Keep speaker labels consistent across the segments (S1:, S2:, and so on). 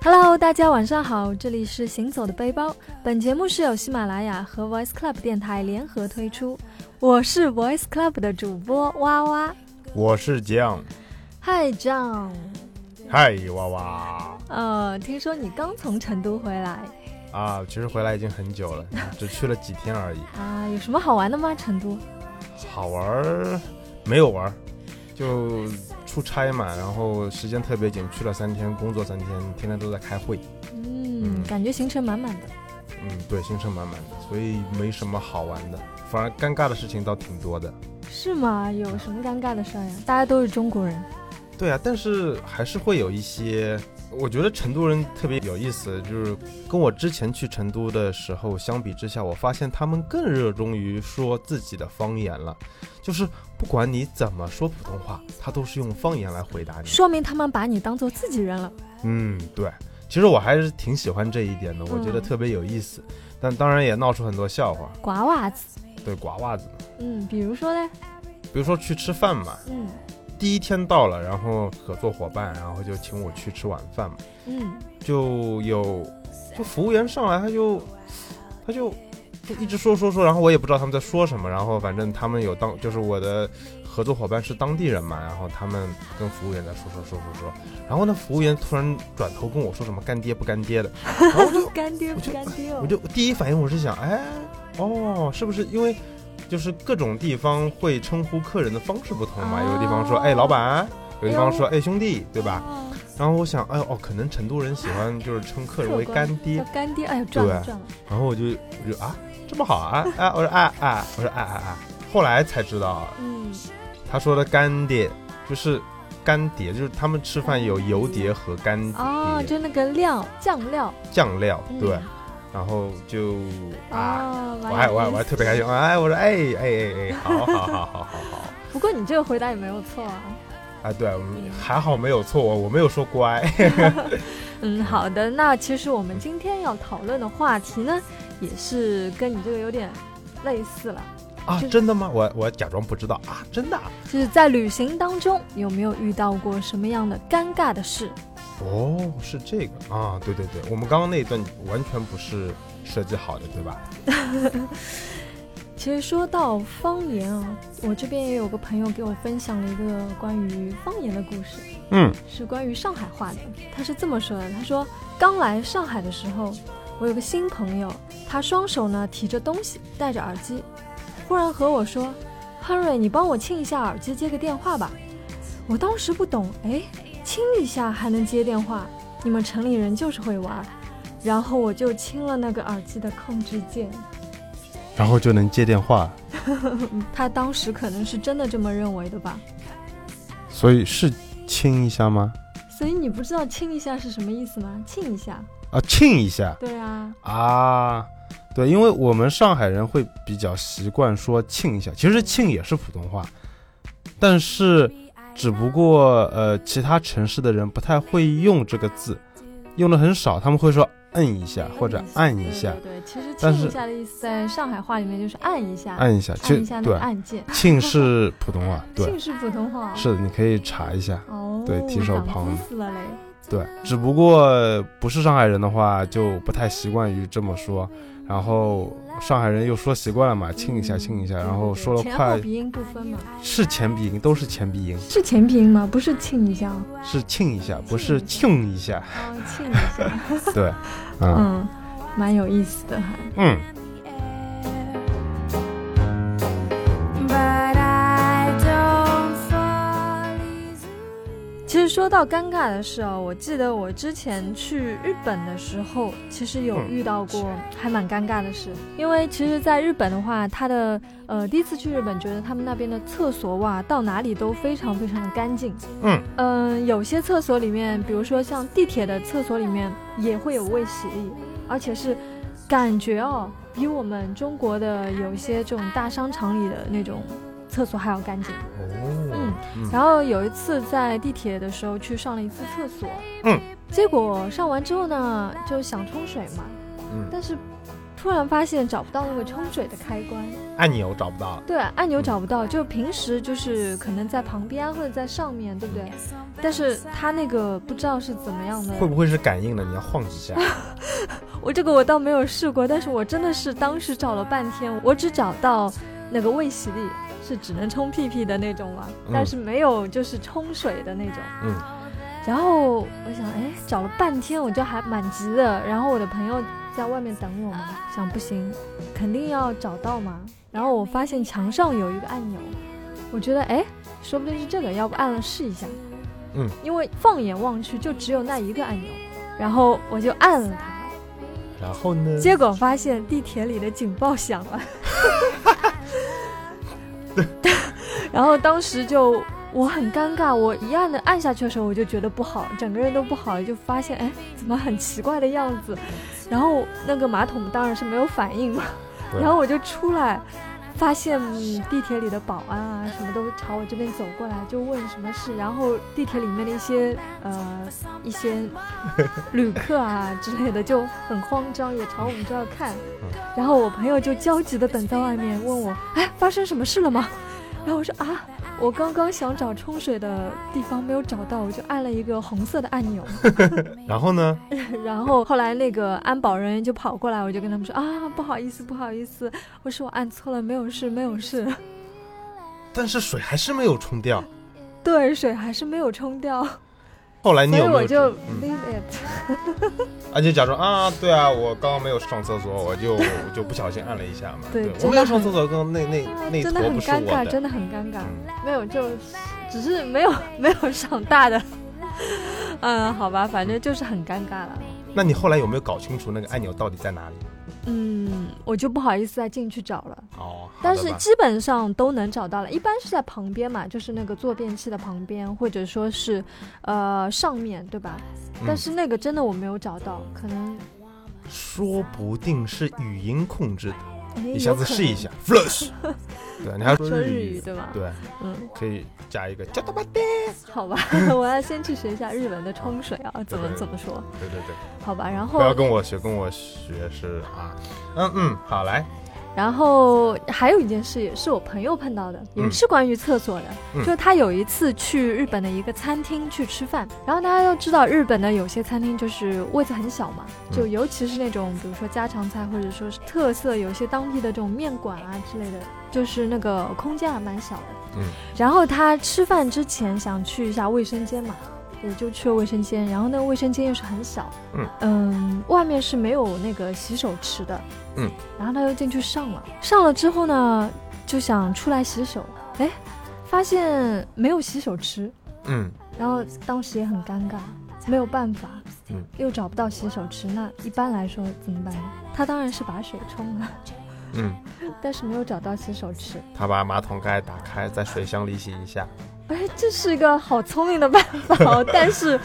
S1: Hello，大家晚上好，这里是行走的背包。本节目是由喜马拉雅和 Voice Club 电台联合推出，我是 Voice Club 的主播哇哇。
S2: 我是杰昂，
S1: 嗨，John，
S2: 嗨，娃娃
S1: 呃，听说你刚从成都回来
S2: 啊！其实回来已经很久了， 只去了几天而已。
S1: 啊？有什么好玩的吗？成都？
S2: 好玩儿没有玩儿，就出差嘛，然后时间特别紧，去了三天，工作三天，天天都在开会。
S1: 嗯，
S2: 嗯
S1: 感觉行程满满的。
S2: 嗯，对，行程满满的，所以没什么好玩的，反而尴尬的事情倒挺多的。
S1: 是吗？有什么尴尬的事儿、呀？大家都是中国人。
S2: 对啊，但是还是会有一些，我觉得成都人特别有意思，就是跟我之前去成都的时候相比之下，我发现他们更热衷于说自己的方言了，就是不管你怎么说普通话，他都是用方言来回答你。
S1: 说明他们把你当做自己人了。
S2: 嗯，对，其实我还是挺喜欢这一点的，我觉得
S1: 嗯
S2: 特别有意思，但当然也闹出很多笑话。
S1: 瓜娃子，
S2: 对，瓜娃子，
S1: 嗯，比如说呢，
S2: 比如说去吃饭嘛，
S1: 嗯
S2: 第一天到了，然后合作伙伴，然后就请我去吃晚饭嘛。
S1: 嗯，
S2: 就有就服务员上来，他就他就就一直说说说，然后我也不知道他们在说什么，然后反正他们有当就是我的合作伙伴是当地人嘛，然后他们跟服务员在说说说说说，然后呢服务员突然转头跟我说什么干爹不干爹的， 然后我就
S1: 干爹不
S2: 就
S1: 干爹哦
S2: 我就第一反应我是想，哎，哦，是不是因为？就是各种地方会称呼客人的方式不同嘛，有的地方说
S1: 哦
S2: 哎老板，有的地方说
S1: 哎
S2: 哎兄弟，对吧？
S1: 哦
S2: 然后我想，哎呦哦，可能成都人喜欢就是称客人为干爹
S1: 叫，干爹，哎呦，赚了
S2: 对
S1: 赚了，
S2: 然后我就我就啊，这么好啊啊，我说啊啊，我说啊啊啊，后来才知道
S1: 嗯，
S2: 他说的干爹就是干碟，就是他们吃饭有油碟和干碟、
S1: 哦，就那个料酱料，
S2: 酱料，
S1: 嗯
S2: 对，然后就啊，
S1: 哦，
S2: 我
S1: 蛮
S2: 还
S1: 有
S2: 我还
S1: 意
S2: 我还
S1: 思
S2: 特别开心，哎，我说哎哎哎哎，好好好好好好。
S1: 不过你这个回答也没有错啊。
S2: 啊，对，还好没有错，我我没有说乖。
S1: 嗯，好的，那其实我们今天要讨论的话题呢，也是跟你这个有点类似了，
S2: 啊，真的吗？我我假装不知道啊，真的啊
S1: 就是在旅行当中有没有遇到过什么样的尴尬的事？
S2: 哦，是这个啊，对对对，我们刚刚那一段完全不是设计好的，对吧？
S1: 其实说到方言啊，我这边也有个朋友给我分享了一个关于方言的故事，
S2: 嗯，
S1: 是关于上海话的。他是这么说的：他说刚来上海的时候，我有个新朋友，他双手呢提着东西，戴着耳机，忽然和我说：“Henry，你帮我亲一下耳机，接个电话吧。”我当时不懂，哎，亲一下还能接电话？你们城里人就是会玩儿。然后我就亲了那个耳机的控制键。
S2: 然后就能接电话，
S1: 他当时可能是真的这么认为的吧，
S2: 所以是亲一下吗？
S1: 所以你不知道亲一下是什么意思吗？亲一下，
S2: 啊，亲一下
S1: 对啊，
S2: 啊，对，因为我们上海人会比较习惯说亲一下，其实亲也是普通话，但是只不过呃，其他城市的人不太会用这个字，用的很少，他们会说摁一下或者按一下
S1: 嗯对，对对，其实
S2: 但
S1: 亲
S2: 是
S1: 一下的意思在上海话里面就是按一下，
S2: 按一下，其
S1: 按一
S2: 实
S1: 下那
S2: 对
S1: 个。按键，
S2: 庆是普通话，对，
S1: 庆是普通话，
S2: 是的，你可以查一下。
S1: 哦，
S2: 对提手旁
S1: 长知识了嘞，
S2: 对，只不过不是上海人的话，就不太习惯于这么说。然后上海人又说习惯了嘛，亲一下，亲一下，
S1: 嗯对
S2: 然后
S1: 对对
S2: 说了
S1: 前后
S2: 快
S1: 鼻音不分嘛，
S2: 是前鼻音，都是前鼻音，
S1: 是前鼻音吗？不是亲一下，
S2: 是亲一下，不是庆 一下。
S1: 哦，亲一下，
S2: 对，嗯
S1: 嗯，蛮有意思的哈，
S2: 嗯，
S3: But I don't fall easily.
S1: 其实说到尴尬的事哦，我记得我之前去日本的时候，其实有
S2: 嗯
S1: 遇到过还蛮尴尬的事，因为其实，在日本的话，他的呃第一次去日本，觉得他们那边的厕所哇，到哪里都非常非常的干净。
S2: 嗯
S1: 嗯有些厕所里面，比如说像地铁的厕所里面，也会有卫洗力，而且是感觉哦，比我们中国的有一些这种大商场里的那种厕所还要干净。嗯
S2: 哦，嗯
S1: 然后有一次在地铁的时候去上了一次厕所，
S2: 嗯，
S1: 结果上完之后呢，就想冲水嘛，
S2: 嗯
S1: 但是突然发现找不到那个冲水的开关，
S2: 按钮找不到了，
S1: 对，按钮找不到，就是平时就是可能在旁边啊或者在上面，对不对？但是它那个不知道是怎么样的，
S2: 会不会是感应的？你要晃几 下，
S1: 我这个我倒没有试过，但是我真的是当时找了半天，我只找到那个卫洗力是只能冲屁屁的那种嘛，
S2: 嗯
S1: 但是没有就是冲水的那种。
S2: 嗯。
S1: 然后我想，哎，找了半天，我就还蛮急的。然后我的朋友在外面等我嘛，想不行，肯定要找到嘛。然后我发现墙上有一个按钮，我觉得哎，说不定是这个，要不按了试一下。
S2: 嗯，
S1: 因为放眼望去就只有那一个按钮，然后我就按了它。
S2: 然后呢？
S1: 结果发现地铁里的警报响了， 然后当时就我很尴尬，我一按的按下去的时候，我就觉得不好，整个人都不好，就发现哎怎么很奇怪的样子，然后那个马桶当然是没有反应嘛，
S2: 对
S1: 然后我就出来。发现嗯地铁里的保安啊，什么都朝我这边走过来，就问什么事。然后地铁里面的一些呃 一些旅客啊之类的就很慌张，也朝我们这儿看
S2: 嗯。
S1: 然后我朋友就焦急的等在外面，问我：“哎，发生什么事了吗？” 然后我说：“啊，我刚刚想找冲水的地方没有找到，我就按了一个红色的按钮。
S2: 然后呢？
S1: 然后后来那个安保人员就跑过来，我就跟他们说：啊，不好意思，不好意思，我说我按错了，没有事，没有事。
S2: 但是水还是没有冲掉。
S1: 对，水还是没有冲掉，
S2: 后来你
S1: 所以
S2: 有没
S1: 我
S2: 有
S1: 就
S2: 嗯
S1: leave it。
S2: 而且假装啊，对啊，我刚刚没有上厕所，我就我就不小心按了一下嘛。
S1: 对
S2: 对，
S1: 真的啊
S2: 我没有上厕所，刚刚那那那一
S1: 真的
S2: 坨
S1: 很
S2: 不是
S1: 尴
S2: 我
S1: 尬，
S2: 的。
S1: 真的很尴尬。
S2: 嗯，
S1: 没有，就只是没有没有长大的。嗯，好吧，反正就是很尴尬了。
S2: 那你后来有没有搞清楚那个按钮到底在哪里？
S1: 嗯，我就不好意思再进去找了，
S2: 哦，好的
S1: 但是
S2: 吧
S1: 基本上都能找到了，一般是在旁边嘛，就是那个坐便器的旁边，或者说是呃上面对吧？
S2: 嗯
S1: 但是那个真的我没有找到，可能
S2: 说不定是语音控制的，
S1: 哎
S2: 你下次试一，下。Flush，对，你还
S1: 有可能
S2: 说
S1: 说日语
S2: 语，
S1: 对吧？
S2: 对，
S1: 嗯，
S2: 可以加一个加到吧。
S1: 好吧， 我要先去学一下日文的冲水啊，怎么
S2: 对对
S1: 怎么说？
S2: 对对对，
S1: 好吧，然后
S2: 不要跟我学，跟我学是啊，嗯嗯，好来，
S1: 然后还有一件事也是我朋友碰到的，也
S2: 嗯
S1: 是关于厕所的，
S2: 嗯
S1: 就是他有一次去日本的一个餐厅去吃饭，然后大家都知道日本的有些餐厅就是位子很小嘛，
S2: 嗯
S1: 就尤其是那种比如说家常菜或者说是特色，有些当地的这种面馆啊之类的，就是那个空间还蛮小的。
S2: 嗯，
S1: 然后他吃饭之前想去一下卫生间嘛。我就去了卫生间，然后那个卫生间又是很小，
S2: 嗯
S1: 嗯外面是没有那个洗手池的，然后他就进去上了，上了之后呢，就想出来洗手，哎，发现没有洗手池，
S2: 嗯，
S1: 然后当时也很尴尬，没有办法，
S2: 嗯
S1: 又找不到洗手池，那一般来说怎么办呢？他当然是把水冲了，
S2: 嗯，
S1: 但是没有找到洗手池，
S2: 他把马桶盖打开，在水箱里洗一下。
S1: 哎，这是一个好聪明的办法哦，但是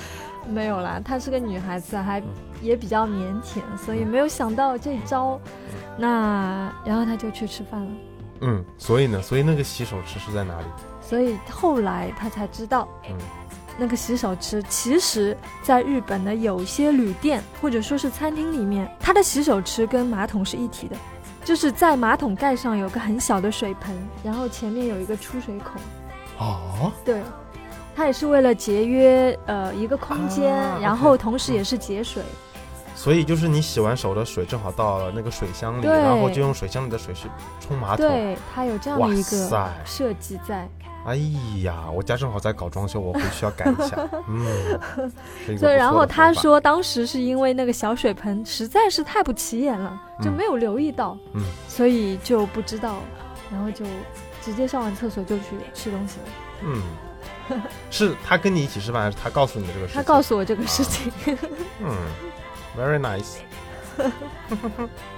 S1: 没有啦，她是个女孩子，还也比较腼腆，所以没有想到这招，那然后她就去吃饭了。
S2: 嗯，所以呢，所以那个洗手池是在哪里？
S1: 所以后来他才知道，
S2: 嗯
S1: 那个洗手池其实在日本的有些旅店或者说是餐厅里面，它的洗手池跟马桶是一体的，就是在马桶盖上有个很小的水盆，然后前面有一个出水孔，
S2: 哦，
S1: 对。它也是为了节约呃一个空间，
S2: 啊
S1: 然后同时也是节水。
S2: 所以就是你洗完手的水正好到了那个水箱里，
S1: 对
S2: 然后就用水箱里的水去冲马桶。
S1: 对，它有这样
S2: 哇
S1: 的一个
S2: 塞！
S1: 设计在。
S2: 哎呀，我家正好在搞装修，我回去要改一 下。嗯，是一个不错的
S1: 对，然后他
S2: 方法，
S1: 说当时是因为那个小水盆实在是太不起眼了，就
S2: 嗯
S1: 没有留意到，
S2: 嗯
S1: 所以就不知道，然后就直接上完厕所就去吃东西了。
S2: 嗯，是他跟你一起吃饭，还是他告诉你这个事情？
S1: 他告诉我这个事情，
S2: 嗯，very nice。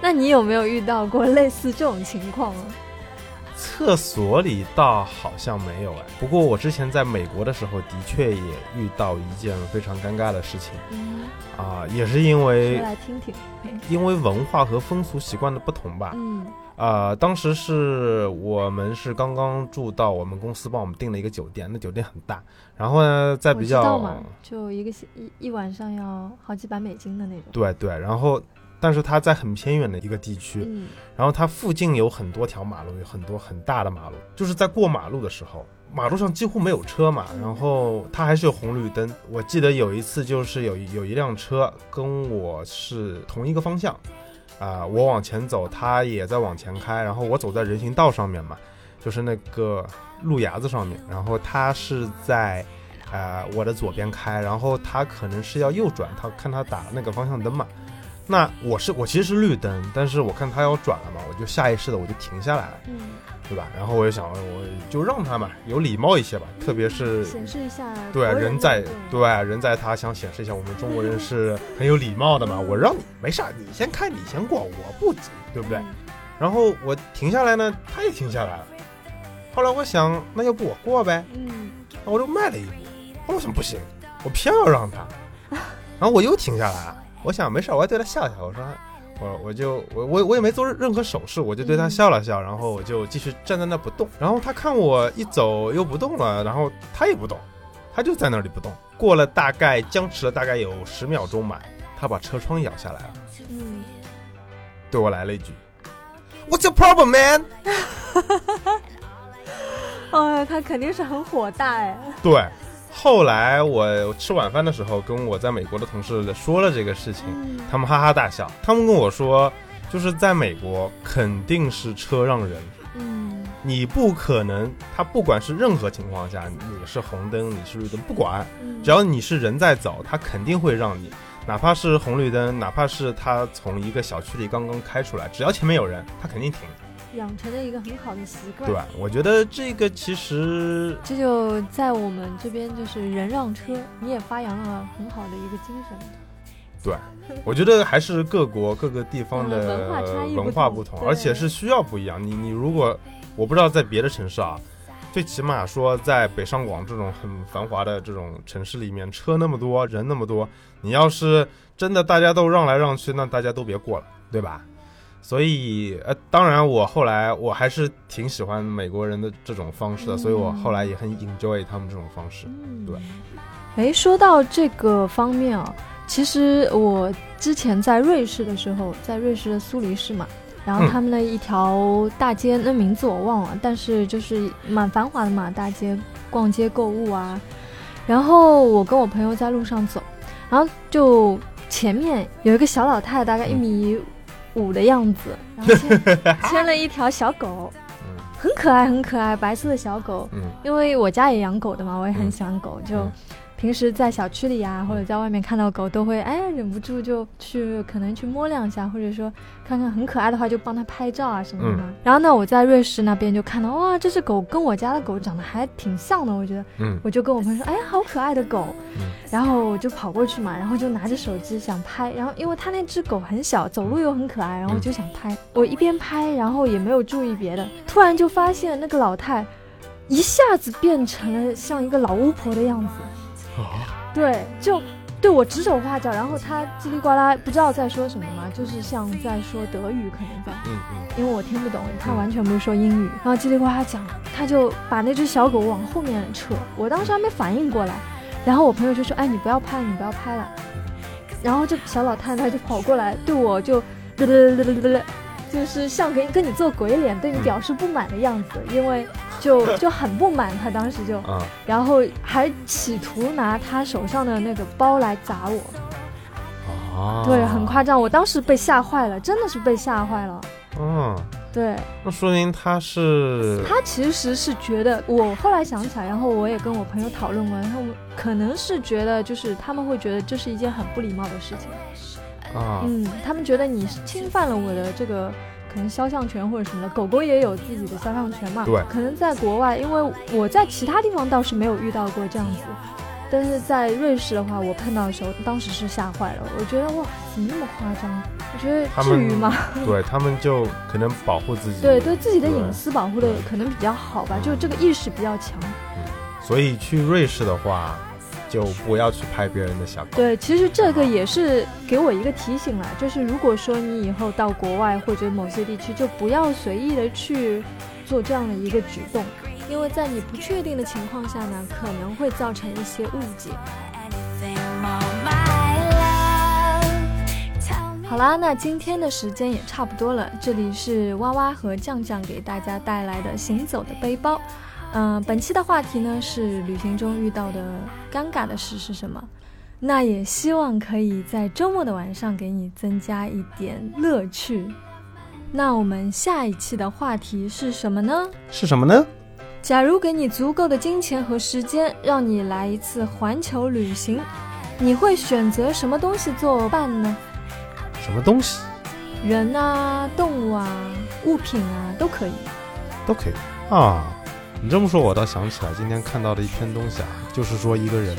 S1: 那你有没有遇到过类似这种情况啊？
S2: 厕所里倒好像没有哎，不过我之前在美国的时候，的确也遇到一件非常尴尬的事情
S1: 嗯，
S2: 啊、也是因为
S1: 说来听听。
S2: 因为文化和风俗习惯的不同吧。
S1: 嗯
S2: 啊、当时是我们是刚刚住到我们公司帮我们订了一个酒店，那酒店很大，然后呢，在
S1: 我
S2: 比
S1: 知道嘛
S2: 较，
S1: 就一个星一一晚上要好几百美金的那种。
S2: 对对，然后。但是它在很偏远的一个地区，
S1: 嗯
S2: 然后它附近有很多条马路，有很多很大的马路，就是在过马路的时候，马路上几乎没有车嘛，然后它还是有红绿灯。我记得有一次就是有一有一辆车跟我是同一个方向，啊、我往前走，它也在往前开，然后我走在人行道上面嘛，就是那个路牙子上面，然后它是在。啊、我的左边开，然后它可能是要右转，它看它打那个方向灯嘛，那我是我其实是绿灯，但是我看他要转了嘛，我就下意识的我就停下来了，
S1: 嗯，
S2: 对吧？然后我就想，我就让他嘛，有礼貌一些吧，特别是
S1: 嗯显示一下
S2: 对啊
S1: 国
S2: 人
S1: 的
S2: 在
S1: 那种
S2: 对啊人在他想显示一下我们中国人是很有礼貌的嘛，我让你没事儿，你先开，你先过，我不急，对不对？
S1: 嗯
S2: 然后我停下来呢，他也停下来了。后来我想，那要不我过呗，
S1: 嗯
S2: 那我就迈了一步。后来我想不行，我偏要让他，然后我又停下来，我想没事儿，我还对他笑一笑，我说。我我就我我我也没做任何手势，我就对他笑了笑，然后我就继续站在那不动。然后他看我一走又不动了，然后他也不动，他就在那里不动。过了大概僵持了大概有十秒钟吧，他把车窗摇下来了，
S1: 嗯，
S2: 对我来了一句：“What's your problem, man？”
S1: 哎呀，他肯定是很火大哎，
S2: 对，后来我吃晚饭的时候，跟我在美国的同事说了这个事情，
S1: 嗯
S2: 他们哈哈大笑。他们跟我说，就是在美国肯定是车让人，
S1: 嗯
S2: 你不可能，他不管是任何情况下，你是红灯，你是绿灯，不管，
S1: 嗯，
S2: 只要你是人在走，他肯定会让你。哪怕是红绿灯，哪怕是他从一个小区里刚刚开出来，只要前面有人，他肯定停，
S1: 养成了一个很好的习惯，
S2: 对吧？我觉得这个其实
S1: 这就在我们这边就是人让车，你也发扬了很好的一个精神。
S2: 我觉得还是各国各个地方的
S1: 嗯文化差异不同
S2: 文化不同，
S1: 对
S2: 而且是需要不一样。你你如果我不知道在别的城市啊，最起码说在北上广这种很繁华的这种城市里面，车那么多，人那么多，你要是真的大家都让来让去，那大家都别过了，对吧？所以，呃，当然，我后来我还是挺喜欢美国人的这种方式的，
S1: 嗯
S2: 所以我后来也很 enjoy 他们这种方式。
S1: 嗯，
S2: 对。
S1: 哎，说到这个方面啊，其实我之前在瑞士的时候，在瑞士的苏黎世嘛，然后
S2: 嗯
S1: 他们的一条大街，那名字我忘了，但是就是蛮繁华的嘛，大街逛街购物啊。然后我跟我朋友在路上走，然后就前面有一个小老太，大概一
S2: 嗯
S1: 米五的样子， 然后牵牵了一条小狗，
S2: 嗯
S1: 很可爱，很可爱，白色的小狗。
S2: 嗯
S1: 因为我家也养狗的嘛，我也很
S2: 嗯
S1: 喜欢狗，就
S2: 嗯
S1: 平时在小区里呀、或者在外面看到狗，都会哎忍不住就去可能去摸两下，或者说看看很可爱的话就帮它拍照啊什么的。
S2: 嗯
S1: 然后呢，我在瑞士那边就看到哇，这只狗跟我家的狗长得还挺像的，我觉得
S2: 嗯
S1: 我就跟我朋友说，哎，好可爱的狗
S2: 嗯，
S1: 然后我就跑过去嘛，然后就拿着手机想拍，然后因为它那只狗很小，走路又很可爱，然后我就想拍，我一边拍，然后也没有注意别的，突然就发现那个老太一下子变成了像一个老巫婆的样子，哦
S2: 啊
S1: 对，就对我指手画脚，然后她叽里呱啦不知道在说什么嘛，就是像在说德语，可能在。
S2: 嗯嗯
S1: 因为我听不懂，他
S2: 嗯
S1: 完全不是说英语，然后叽里呱啦讲，他就把那只小狗往后面扯，我当时还没反应过来，然后我朋友就说：“哎，你不要拍，你不要拍了。”
S2: 嗯
S1: 然后这小老太太就跑过来对我就嘚嘚嘚嘚嘚嘚，就是像跟跟你做鬼脸，对你
S2: 嗯
S1: 表示不满的样子，因为就 就很不满，她当时就，
S2: 啊
S1: 然后还企图拿她手上的那个包来砸我，
S2: 啊！
S1: 对，很夸张，我当时被吓坏了，真的是被吓坏了，
S2: 嗯。
S1: 对。
S2: 那说明他是
S1: 他其实是觉得，我后来想起来，然后我也跟我朋友讨论过，他们可能是觉得，就是他们会觉得这是一件很不礼貌的事情。
S2: 啊，
S1: 嗯，他们觉得你是侵犯了我的这个可能肖像权或者什么的。狗狗也有自己的肖像权嘛。
S2: 对
S1: 可能在国外，因为我在其他地方倒是没有遇到过这样子，但是在瑞士的话，我碰到的时候，当时是吓坏了。我觉得哇，怎么那么夸张？我觉得
S2: 他
S1: 至
S2: 们
S1: 于吗？
S2: 对他们就可能保护自己，
S1: 对对自己的
S2: 对
S1: 隐私保护的
S2: 对
S1: 可能比较好吧，就是这个意识比较强。
S2: 所以去瑞士的话，就不要去拍别人的小狗。
S1: 对，其实这个也是给我一个提醒啦，就是如果说你以后到国外或者某些地区，就不要随意的去做这样的一个举动，因为在你不确定的情况下呢，可能会造成一些误解。
S3: anything more, my love. Tell me.
S1: 好啦，那今天的时间也差不多了。这里是哇哇和酱酱给大家带来的《行走的背包》。嗯、本期的话题呢是旅行中遇到的尴尬的事是什么？那也希望可以在周末的晚上给你增加一点乐趣。那我们下一期的话题是什么呢？
S2: 是什么呢？
S1: 假如给你足够的金钱和时间，让你来一次环球旅行，你会选择什么东西作伴呢？
S2: 什么东西
S1: 人啊、动物啊、物品啊都可以。
S2: 都可以啊。你这么说，我倒想起来今天看到的一篇东西啊，就是说一个人，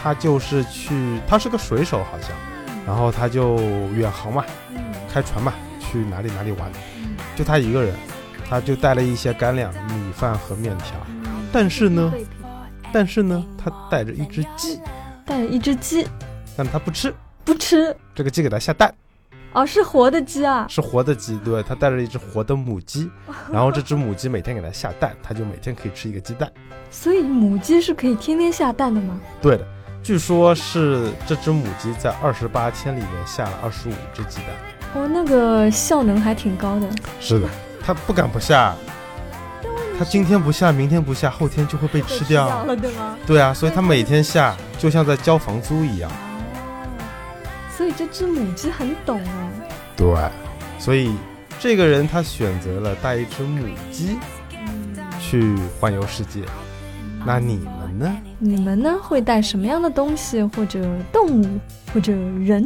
S2: 他就是去，他是个水手好像，然后他就远航嘛，开船嘛，去哪里哪里玩，就他一个人，他就带了一些干粮、米饭和面条，但是呢，但是呢，他带着一只鸡，
S1: 带着一只鸡，
S2: 但他不吃，
S1: 不吃
S2: 这个鸡给他下蛋。
S1: 哦，是活的鸡啊。
S2: 是活的鸡，对，他带着一只活的母鸡，然后这只母鸡每天给它下蛋，它就每天可以吃一个鸡蛋。
S1: 所以母鸡是可以天天下蛋的吗？
S2: 对的，据说是这只母鸡在二十八天里面下了二十五只鸡蛋。
S1: 哦，那个效能还挺高的。
S2: 是的，它不敢不下，它今天不下，明天不下，后天就会被吃 掉。
S1: 了，对吗？
S2: 对啊，所以它每天下，就像在交房租一样。
S1: 所以这只母鸡很懂哦。
S2: 对，所以这个人他选择了带一只母鸡去环游世界。那你们呢？
S1: 你们呢会带什么样的东西，或者动物，或者人？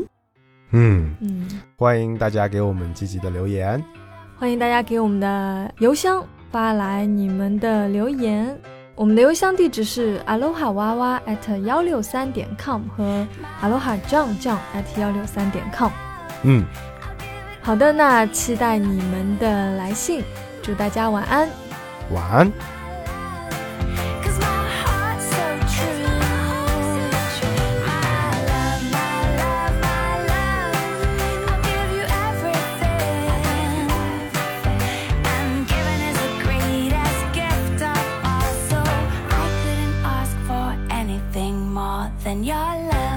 S2: 嗯，
S1: 嗯，
S2: 欢迎大家给我们积极的留言。
S1: 欢迎大家给我们的邮箱发来你们的留言。我们的邮箱地址是 aloha 娃娃 at 幺六三点 com 和 aloha 酱酱 at 幺六三点 com。
S2: 嗯，
S1: 好的，那期待你们的来信，祝大家晚安。
S2: 晚安。
S3: Cause my heart's so true. My love, my love, my love. I'll give you everything. And giving is the greatest gift of all. So I couldn't ask for anything more than your love.